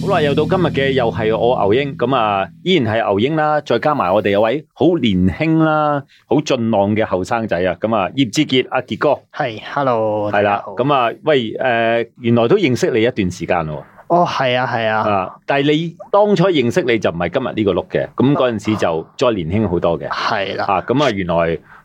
好啦，又到今日嘅又係我牛英，咁啊依然係牛英啦，再加埋我哋有位好年輕啦、好俊朗嘅後生仔啊，咁啊葉志傑阿傑哥係，hello，係啦，咁咁啊喂誒、呃原來都認識你一段時間咯，哦，係啊，係啊，啊，但係你當初認識你就唔係今日呢個碌嘅，咁嗰陣時就再年輕好多嘅。係啦，啊，咁啊，原來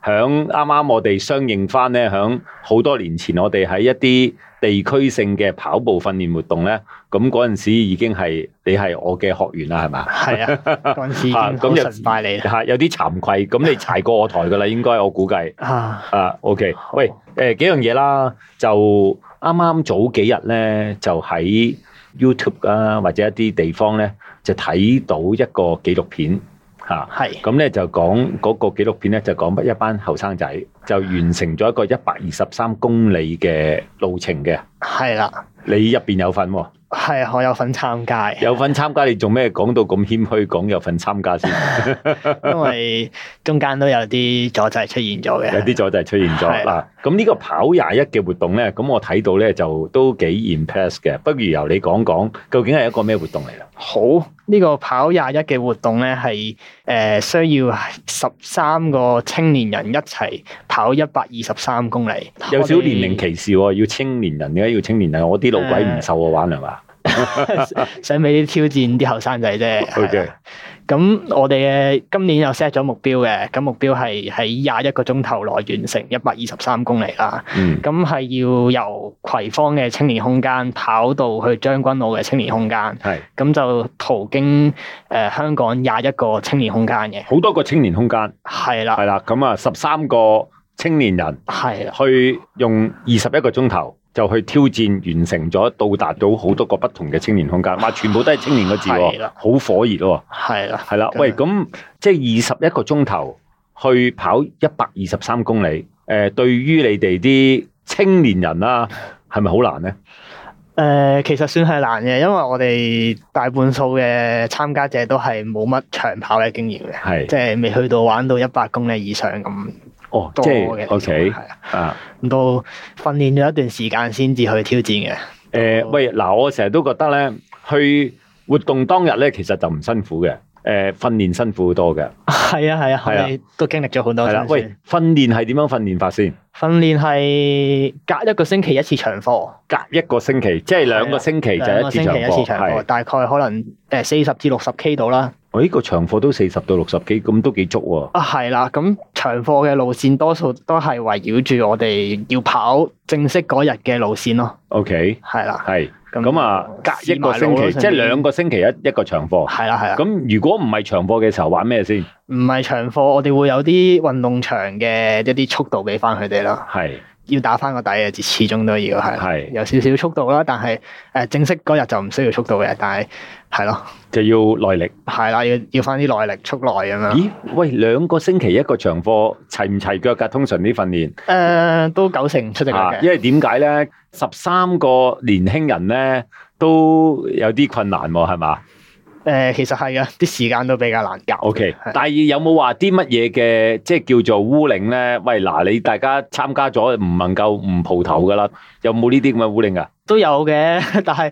響啱啱我哋相應翻咧，響好多年前我哋喺一啲地區性嘅跑步訓練活動咧，咁嗰陣時已經係你係我嘅學員啦，係嘛？係 啊，嗰陣時已經啊咁好就崇拜你啦，嚇有啲慚愧，咁你踩過我台噶啦，應該我估計啊，啊，OK，喂，誒、幾樣嘢啦，就啱啱早幾日咧，就喺 YouTube 啊或者一啲地方咧，就睇到一個紀錄片嚇。係，咁咧就講嗰個紀錄片咧，就講一班後生仔就完成咗一個一百二十三公里嘅路程嘅。係啦，你入邊有份喎、係我有份參加嘅，有份參加，你做咩講到咁謙虛講有份參加先？因為中間都有啲阻滯出現咗有嘅，啲阻滯出現咗係嗱。咁呢個跑廿一嘅活動咧，咁我睇到咧就都幾 impress 嘅。不如由你講講，究竟係一個咩活動嚟啦？好，呢、個跑廿一嘅活動咧係誒需要十三個青年人一齊跑一百二十三公里，有少我哋年齡歧視喎、要青年人嘅，要青年人，我啲老鬼唔受我玩係嘛想俾啲挑戰啲後生仔啫。係啦？OK，咁我哋嘅今年又 set 咗目標嘅，咁目標係喺廿一個鐘頭內完成一百二十三公里啦。嗯咁係要由葵芳嘅青年空間跑到去將軍澳嘅青年空間，係咁就途經誒、呃香港廿一個青年空間嘅，好多個青年空間。係系啦，啦，咁啊，十三個青年人係啦，去用二十一個鐘頭就去挑戰，完成咗，到達到好多個不同嘅青年空間，哇！全部都係青年個字係喎啦，好火熱喎，係啦，係啦。咁喂，咁即係二十一個鐘頭去跑一百二十三公里，诶、對於你哋啲青年人啦、係咪好難咧？誒、呃其實算係難嘅，因為我哋大半數嘅參加者都係冇乜長跑嘅經驗嘅，係，即係未去到玩到一百公里以上咁哦，多即嘅。係 OK 係啊啊。咁到訓練咗一段時間先至去挑戰嘅，誒、喂，嗱，我成日都覺得咧，去活動當日咧，其實就唔辛苦嘅，誒、訓練辛苦好多嘅，係啊係啊，我係啊哋都經歷咗好多係啦辛。喂酸。，訓練係點樣訓練法先？訓練係隔一個星期一次長課，隔一個星期，即係兩個星期就啊兩個一次星期長一次課，長課，係。大概可能誒四十至六十 K 度啦。我呢個長課都四十到六十幾，咁都幾足喎、啊係啦，咁長課嘅路線多數都係圍繞住我哋要跑正式嗰日嘅路線咯， OK，係啦。係。咁啊，隔一個星期，即係兩個星期一一個長課。係啦係啦，咁如果唔係長課嘅時候玩咩先？唔係長課，我哋會有啲運動場嘅一啲速度俾翻佢哋啦，係要打翻個底嘅，始終都要係。係，有少少速度啦，但係誒、呃正式嗰日就唔需要速度嘅，但係係咯，就要耐力。係啦，要要翻啲耐力速耐咁樣。誒、咦？喂，兩個星期一個長課，齊唔齊腳㗎？通常啲訓練。都九成出席率啊，嘅，因為點解咧？十三個年輕人咧都有啲困難喎、係嘛誒、其實係嘅，啲時間都比較難搞。 ？OK，係但係有冇話啲乜嘢嘅即係叫做污領咧？喂，嗱，你大家參加咗唔能夠唔蒲頭噶啦，有冇呢啲咁嘅污領啊？都有嘅， 但係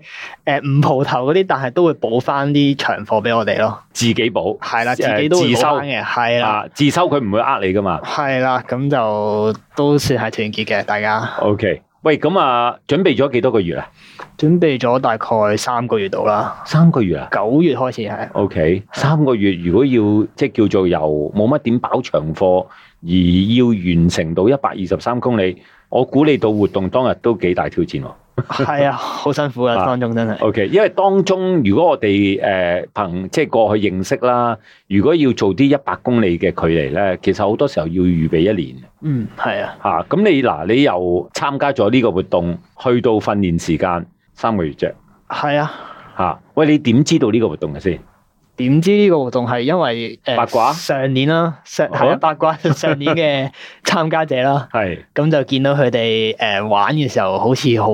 誒唔蒲頭嗰啲，但係都會補翻啲長課俾我哋咯。自己補係啦，誒自己都會自補修翻嘅，係啦，啊，自修佢唔會呃你噶嘛係啦，咁就都算係團結嘅，大家？OK，喂，咁啊，準備咗幾多個月啊？準備咗大概三個月到啦，三個月啊？九月開始係。 O、k 三個月如果要即係叫做由冇乜點飽長課，而要完成到一百二十三公里，我估你到活動當日都幾大挑戰喎。係 啊，好辛苦啊啊，當中真係。 O、k 因為當中如果我哋誒、呃、憑即係過去認識啦，如果要做啲一百公里嘅距離咧，其實好多時候要預備一年嗯，係啊，嚇。咁、你嗱，你又參加咗呢個活動，去到訓練時間三個月啫係啊。嚇、喂，你點知道呢個活動嘅先？點知呢個活動係因為誒、呃八卦上年啦，上哦係啊八卦 上年嘅參加者啦，係咁就見到佢哋誒玩嘅時候，好似好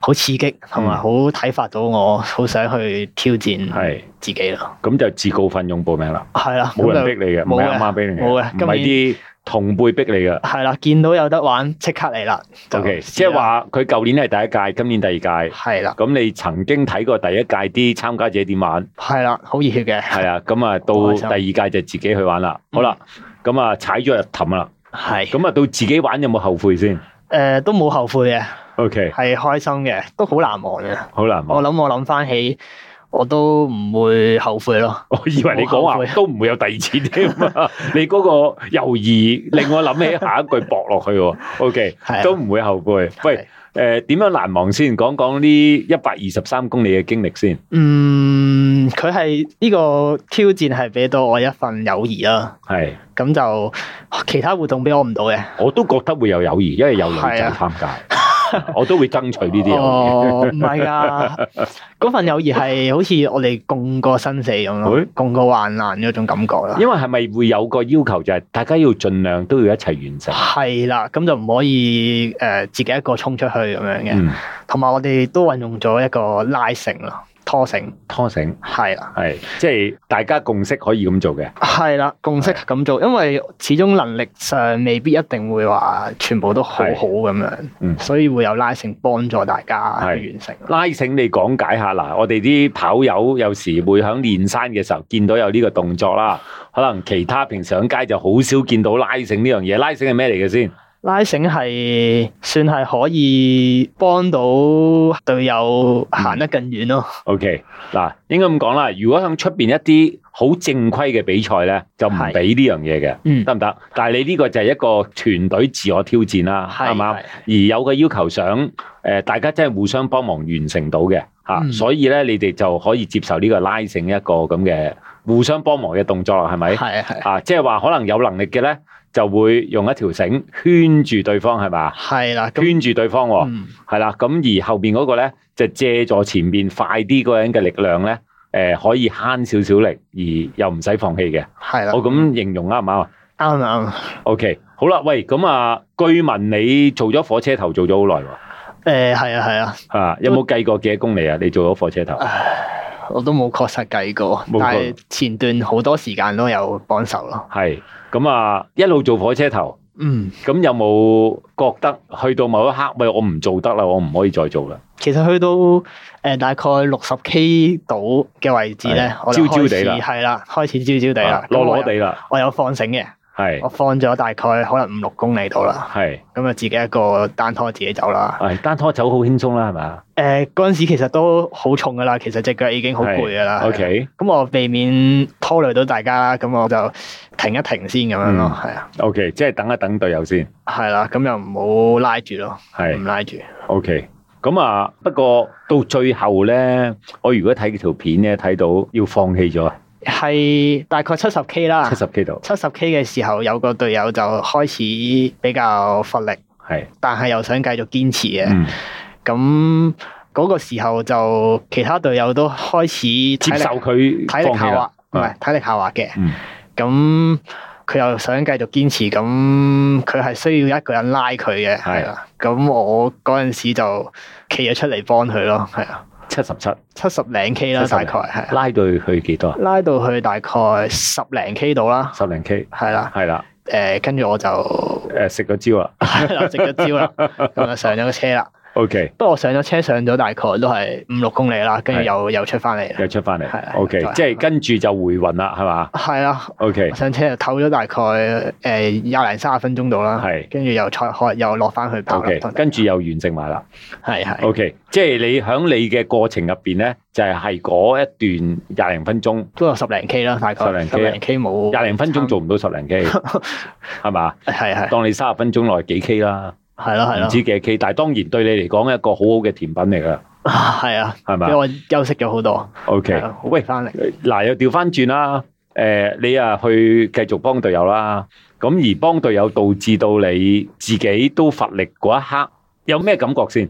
好刺激，同埋好啟發到我，好想去挑戰嗯係自己咯，咁就自告奮勇報名啦，係啦，冇咁就人逼你嘅，唔冇係嘅阿媽逼你嘅，冇嘅唔係今啲同輩逼你嘅。係啦，見到有得玩即刻嚟啦。就 O K，試即係啦話佢舊年係第一屆，今年第二屆。係啦，咁你曾經睇過第一屆啲參加者點 玩？係啦，好熱血嘅，係啊，咁啊好到開心第二屆就自己去玩啦。嗯好啦，咁啊踩咗入氹啦，係咁啊到自己玩有冇後悔先誒都冇後悔嘅， ？O K，係開心嘅，都好難忘嘅。好難忘。我諗我諗翻起，我都唔會後悔咯。我以為你講我後話悔都唔會有第二次添 啊！你嗰個猶豫令我諗起下一句駁落去喎。O K，係啊都唔會後悔。係喂，誒點樣難忘先？講講呢一百二十三公里嘅經歷先。嗯，佢係呢個挑戰係俾到我一份友誼啦，係，咁就其他活動俾我唔到嘅。我都覺得會有友誼，因為有女係仔啊參加， 我都會爭取呢啲友誼。 哦，唔係㗎， 嗰份友誼係好似我哋共過生死咁咯會，共過患難嗰種感覺啦。因為係咪會有個要求就係大家要盡量都要一齊完成？係啊啦，咁就唔可以誒、呃自己一個衝出去咁樣嘅，嗯，同埋、我哋都運用咗一個拉繩咯，拖繩拖繩係啦，係即係大家共識可以咁做嘅。係啦，共識咁做，因為始終能力上未必一定會話全部都好好係咁樣，嗯所以會有拉繩幫助大家去係完成。拉繩你講解下嗱，我哋啲跑友有時會喺練山嘅時候見到有呢個動作啦，可能其他平時喺街就好少見到拉繩呢樣嘢。拉繩係咩嚟嘅先？拉繩係算係可以幫到隊友行得更遠咯， OK，嗱，應該咁講啦。如果喺出邊一啲好正規嘅比賽咧，就唔俾呢樣嘢嘅，嗯得唔得？但係你呢個就係一個團隊自我挑戰啦，係係嘛？係而有個要求想誒、呃大家真係互相幫忙完成到嘅嚇，嗯所以咧你哋就可以接受呢個拉繩一個咁嘅互相幫忙嘅動作啦，係咪？係係 啊，即係話可能有能力嘅咧，就會用一條繩圈住對方係嘛？係啦，咁圈住對方喎、嗯係啦、咁而後邊嗰個咧就借助前邊快啲嗰個人嘅力量咧，誒、可以慳少少力，而又唔使放棄嘅。係啦，我咁形容啱唔啱啊啱啱。 ？OK，好啦，喂，咁啊，據聞你做咗火車頭做咗好耐喎，誒係啊係啊，啊，有冇計過幾多公里啊？你做咗火車頭，唉我都冇確實計過冇，但計係前段好多時間都有幫手咯。係咁啊，一路做火車頭，嗯，咁有冇覺得去到某一刻，喂，我唔做得啦，我唔可以再做啦？其實去到誒、呃大概六十 K 度嘅位置咧係，我就焦焦開地始啦係啦，開始焦焦地啦啊，攞攞咁我地有。啦，我有放繩嘅，係我放咗大概可能五六公里度啦，係，咁啊自己一個單拖自己走啦。係單拖走好輕鬆啦，係啊嘛誒嗰陣時其實都好重噶啦，其實只腳已經好攰啊噶啦。 ？OK 咁我避免拖累到大家啦，咁我就停一停先咁樣咯，嗯係啊、 OK，即係等一等隊友先，係啦，咁又唔好拉住咯，唔係拉住。 OK。咁啊，不過到最後咧，我如果睇條片咧，睇到要放棄咗啊，係大概七十 K 啦七，十 K 度，七十 K 嘅時候有個隊友就開始比較乏力，係，但係又想繼續堅持嘅。嗯，咁嗰個時候就其他隊友都開始體接力受佢體力放棄下啦啊滑，，唔係體力下滑嘅。嗯，咁佢又想繼續堅持，咁佢係需要一個人拉佢嘅，係係啦。咁我嗰陣時就企咗出嚟幫佢咯，係啊，七十七，七十零 K 啦， 70大概係啊。拉到去幾多啊？拉到去大概十零 K 度啦，十零 K，係啦，係啦，誒、跟住我就誒食咗蕉啦啊 係啦食咗蕉啦，咁啊就上咗個車啦。 ，OK，不過我上咗車上咗大概都係五六公里啦，跟住又又出翻嚟啦。又出翻係啊嚟，OK，再即係跟住就回魂啦，係嘛係啦， ？OK，上車就唞咗大概誒廿零三十分鐘度啦，係跟住又再開又落翻去跑啦 OK，，跟住又完成埋啦。係係 OK，即係你喺你嘅過程入邊咧，就係係嗰一段廿零分鐘，都有十零 K 啦，大十概零十 K 啊零 K 冇廿零分鐘做唔到十零 K，係嘛？係係當你三十分鐘內幾 K 啦，係咯係唔咯知幾 K，但係當然對你嚟講一個好好嘅甜品嚟㗎，係啊，係因為嘛我休息咗好多， ？OK，喂喂，翻嚟嗱又調翻轉啦，誒你啊去繼續幫隊友啦，咁而幫隊友導致到你自己都乏力嗰一刻，有咩感覺先？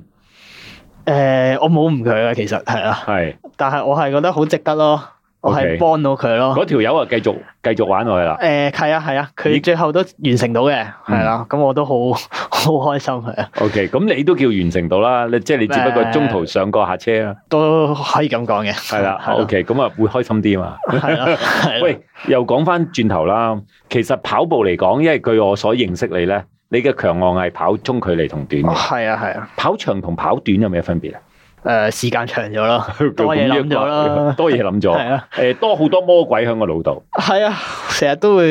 誒我冇唔佢啊，其實係啊，係但係我係覺得好值得咯，我係 OK 幫到佢咯。嗰條友啊，繼續繼續玩落去啦。诶，係啊，係啊，佢咦嗯最後都完成到嘅，係啦，咁我都好 好開心佢啊， OK，咁你都叫完成到啦，你即係你只不過中途上過下 車啦，都可以咁講嘅，係啦係。 OK，咁啊會開心啲嘛。係啦，係啦喂，又講翻轉頭啦，其實跑步嚟講，因為據我所認識你咧，你嘅強項係跑中距離同短嘅，係啊，係啊，跑長同跑短有咩分別啊？诶，時間長咗 啦，多嘢諗咗 啦多嘢諗咗，係啊，誒多好多魔鬼喺個腦 度。係啊，成日都會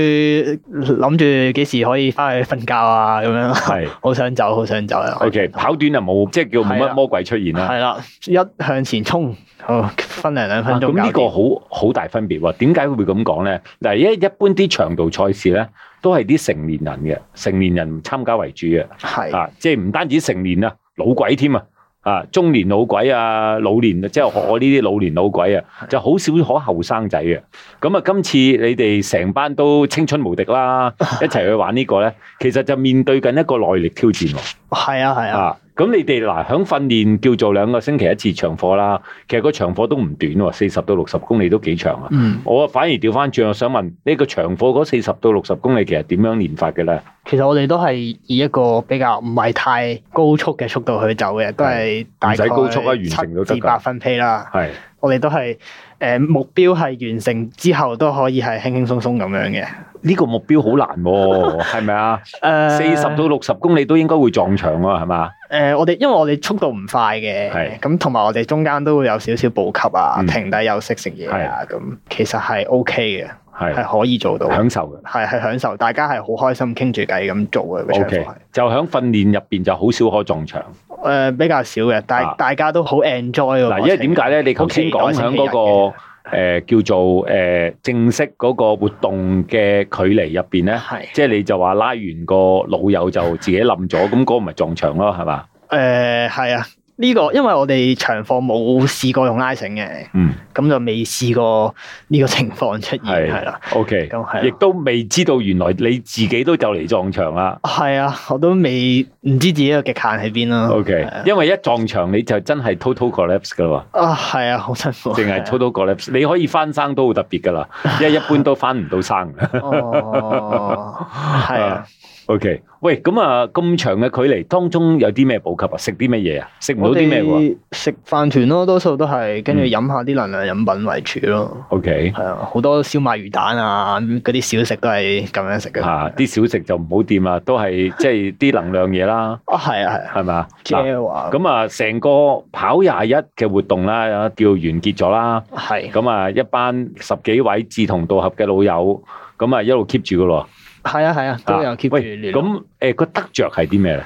諗住幾時可以翻去瞓覺啊，咁樣，係 好想走，好想走啊， OK，跑短就冇，即係叫冇係乜啊魔鬼出現啦。係啦，一向前衝，好分零兩分啊鐘咁呢搞個掂好好大分別喎。點解會咁講咧？嗱，一一般啲長途賽事咧，都係啲成年人嘅，成年人參加為主嘅，係啊，即係唔單止成年啊，老鬼添啊，啊，中年老鬼啊，老年即係我呢啲老年老鬼啊，就好少可後生仔嘅。咁啊，今次你哋成班都青春無敵 啦，一齊去玩呢個咧，其實就面對緊一個耐力挑戰喎。係啊係啊，啊，咁你哋嗱響訓練叫做兩個星期一次長課啦，其實個長課都唔短喎，四十到六十公里都幾長啊。嗯。我啊反而調翻轉，我想問呢個長課嗰四十到六十公里其實點樣練法嘅咧？其實我哋都係以一個比較唔係太高速嘅速度去走嘅，都係大唔概使高速啊完成都得㗎七至八分披啦。係我哋都係诶、呃目標係完成之後都可以係輕輕鬆鬆咁樣嘅。诶、呢個目標好難喎，係咪啊？呃四十到六十公里都應該會撞牆喎，係嘛？诶、呃我哋因為我哋速度唔快嘅係，咁同埋我哋中間都會有少少補給啊、嗯停低休息食嘢啊，咁其實係 O K 嘅，係係可以做到，享受嘅。係係享受，大家係好開心傾住偈咁做嘅。個 O 場課 K，係就響訓練入邊就好少可撞牆。誒、呃比較少嘅，但係、啊大家都好 enjoy 個嗱，因過為程點解咧？你頭先講響嗰個誒叫做誒正式嗰個活動嘅距離入邊咧。係即係你就話拉完個老友就自己冧咗，咁嗰個咪撞牆咯，係嘛？誒係啊，呢、個因為我哋長課冇試過用拉繩嘅，嗯咁就未試過呢個情況出現係係啦， ，OK，咁係亦啦都未知道原來你自己都就嚟撞牆啦。係啊，我都未唔知自己嘅極限喺邊啦。 OK，係啊因為一撞牆你就真係 total collapse 噶啦啊係啊，好辛苦，喎，淨係啊 total collapse，你可以翻生都好特別噶 啦，因為一般都翻唔到生㗎。哦，係啊， OK，喂，咁啊咁長嘅距離當中有啲咩補給啊？食啲乜嘢啊？食唔到我啲咩喎哋食飯團咯，多數都係跟住嗯飲下啲能量飲品為主咯。 ？OK，係啊，好多燒賣魚蛋啊，嗰啲小食都係咁樣食嘅。啊啊，啲小食就唔好掂啦，都係即係啲能量嘢啦，係啊係啊係嘛？嗱 gel 啊，咁啊，成個跑廿一嘅活動啦，叫完結咗啦。係咁啊，一班十幾位志同道合嘅老友，咁啊一路 keep 住噶咯。係啊係啊，都有 keep 住喂聯絡。咁誒個得着係啲咩咧？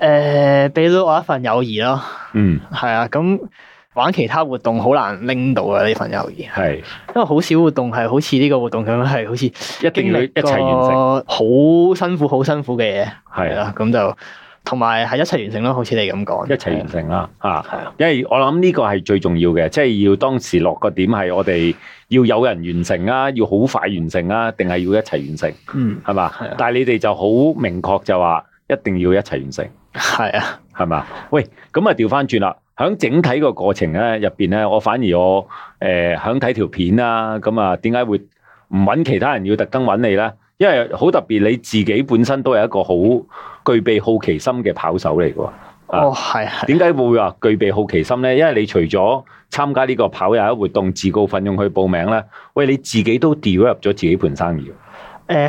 誒，俾到我一份友誼咯，嗯，係啊，咁玩其他活動好難拎到啊呢份友誼，因係為好少活動係好似呢個活動咁樣係好似一定要一齊完成，成好辛苦好辛苦嘅嘢，係係啊，啦，咁就同埋係一齊完成咯，好似你咁講，一齊完成啦啊！係啊，因為我諗呢個係最重要嘅，即係要當時落個點係我哋要有人完成啊，要好快完成啊，定係要一齊完成嗯，係嘛係啊？但係你哋就好明確就話一定要一齊完成。係啊，係嘛？喂，咁啊調翻轉啦，喺整體個過程咧入邊咧，我反而我誒喺睇條片啦，咁啊點解會唔揾其他人要特登揾你咧？因為好特別，你自己本身都係一個好具備好奇心嘅跑手嚟嘅喎。啊哦係係點解會話具備好奇心咧？因為你除咗參加呢個跑友活動自告奮勇去報名咧，喂，你自己都 develop 咗自己盤生意喎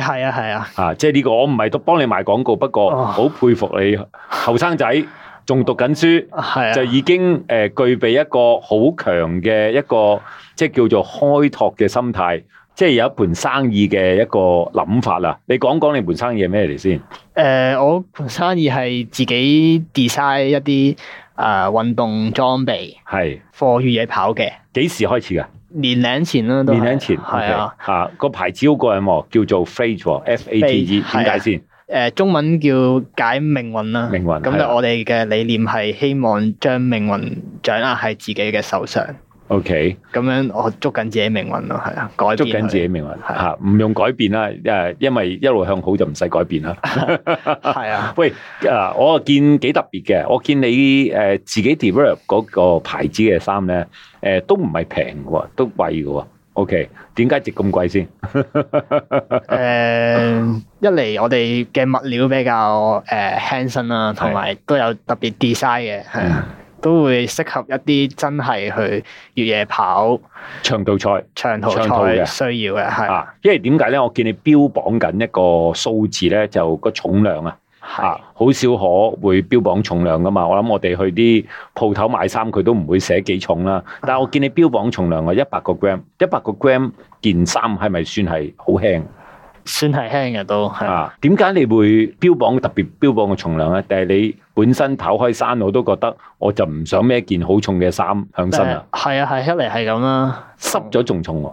誒係啊係啊，啊！即係呢個我唔係都幫你賣廣告，不過哦好佩服你後生仔仲讀緊書。就係啊，已經誒、呃、具備一個好強嘅一個即係叫做開拓嘅心態，即係有一盤生意嘅一個諗法啦。你講講你盤生意係咩嚟先？誒呃我盤生意係自己 design 一啲誒運動裝備係 for 越野跑嘅。幾時開始㗎？年零前啦，都係年零前係啊， OK，嚇個牌子好過癮喎，叫做 Fate 喎，F A T E，係啊點解先？誒中文叫解命運啦，命運咁係啊就我哋嘅理念係希望將命運掌握喺自己嘅手上， OK，咁樣我捉緊自己命運咯，係啊，改變捉緊自己佢，命運係嚇，唔用改變啦，誒，因為一路向好就唔使改變啦。係啊，喂，啊，我見幾特別嘅，我見你誒、呃自己 develop 嗰個牌子嘅衫咧，誒、都唔係平嘅喎，都貴嘅喎， OK，點解值咁貴先？誒、呃一嚟我哋嘅物料比較誒輕身啦，同埋都有特別 design 嘅，係嗯啊，都會適合一啲真係去越野跑長途賽長途長途嘅賽需要嘅，係啊，因為點解咧？我見你標榜緊一個數字咧，就個重量啊。係啊，好少可會標榜重量噶嘛。我諗我哋去啲鋪頭買衫，佢都唔會寫幾重啊啦。但係我見你標榜重量係啊一百個 gram，一百個 gram 件衫係咪算係好輕算係輕嘅都係。啊？點解你會標榜特別標榜個重量咧？定係你本身跑開山，我都覺得我就唔想孭件好重嘅衫向身啊？哦誒係啊，係一嚟係咁啦，濕咗仲重喎、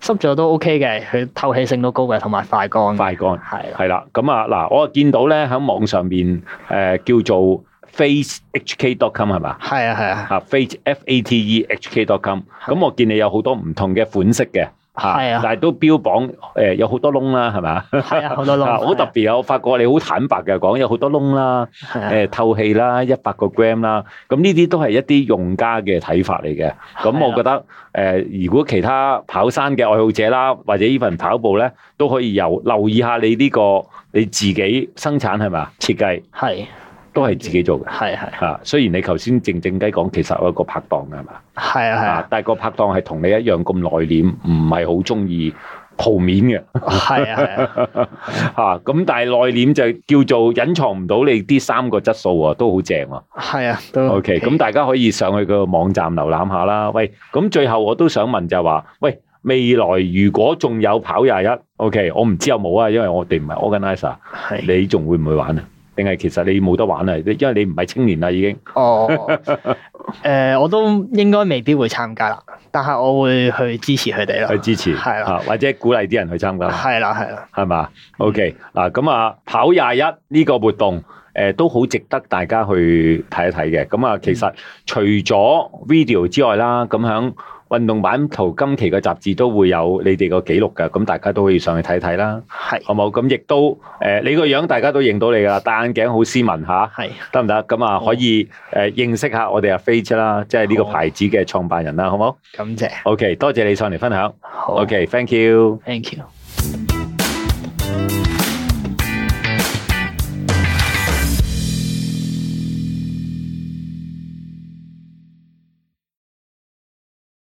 濕咗都 OK 嘅，佢透氣性都高嘅，同埋快乾。快乾。係啦，係啦，咁啊嗱，我見到咧喺網上面誒、呃叫做 facehk.com 係嘛？係啊，係啊，啊 fate f a t e h k dot com，係咁我見你有好多唔同嘅款式嘅，係啊但係都標榜誒、有好多窿啦，係咪啊？係啊，好多窿。啊好特別啊！我發覺你好坦白嘅講，有好多窿啦，係誒、啊。透氣啦，一百個 gram 啦，咁呢啲都係一啲用家嘅睇法嚟嘅。啊咁我覺得誒、如果其他跑山嘅愛好者啦，或者 even 跑步咧，都可以有留意下你呢、個你自己生產係咪啊？設計係都係自己做嘅。係係啊，雖然你頭先靜靜雞講，其實我有個拍檔嘅係嘛？係啊啊！但係個拍檔係同你一樣咁內斂，唔係好中意鋪面嘅 係啊係啊係啊！嚇。咁、但係內斂就叫做隱藏唔到你啲三個質素喎，都好正喎。係啊，都 OK，咁大家可以上去個網站瀏覽下啦。喂，咁最後我都想問就係話，喂，未來如果仲有跑廿一，OK，我唔知有冇啊，因為我哋唔係 organizer，係你仲會唔會玩啊？定係其實你冇得玩啊？因為你唔係青年啦已經。哦， 誒，呃我都應該未必會參加啦，但係我會去支持佢哋啦，去支持，係啦啊，或者鼓勵啲人去參加。係啦係啦，係嘛？OK 嗱，咁啊，跑廿一呢個活動，誒、呃都好值得大家去睇一睇嘅。咁啊，其嗯實除咗 video 之外啦，咁響運動版圖今期嘅雜誌都會有你哋個記錄嘅，咁大家都可以上去睇睇啦，係好冇？咁亦都誒、你個樣大家都認到你噶啦，戴眼鏡好斯文吓，係得唔得？咁啊，可以誒、認識下我哋阿 Fate 啦，即係呢個嗯好啊牌子嘅創辦人啦，好冇感謝， ？OK，多謝你上嚟分享。好啊 OK，thank you。 ，thank you。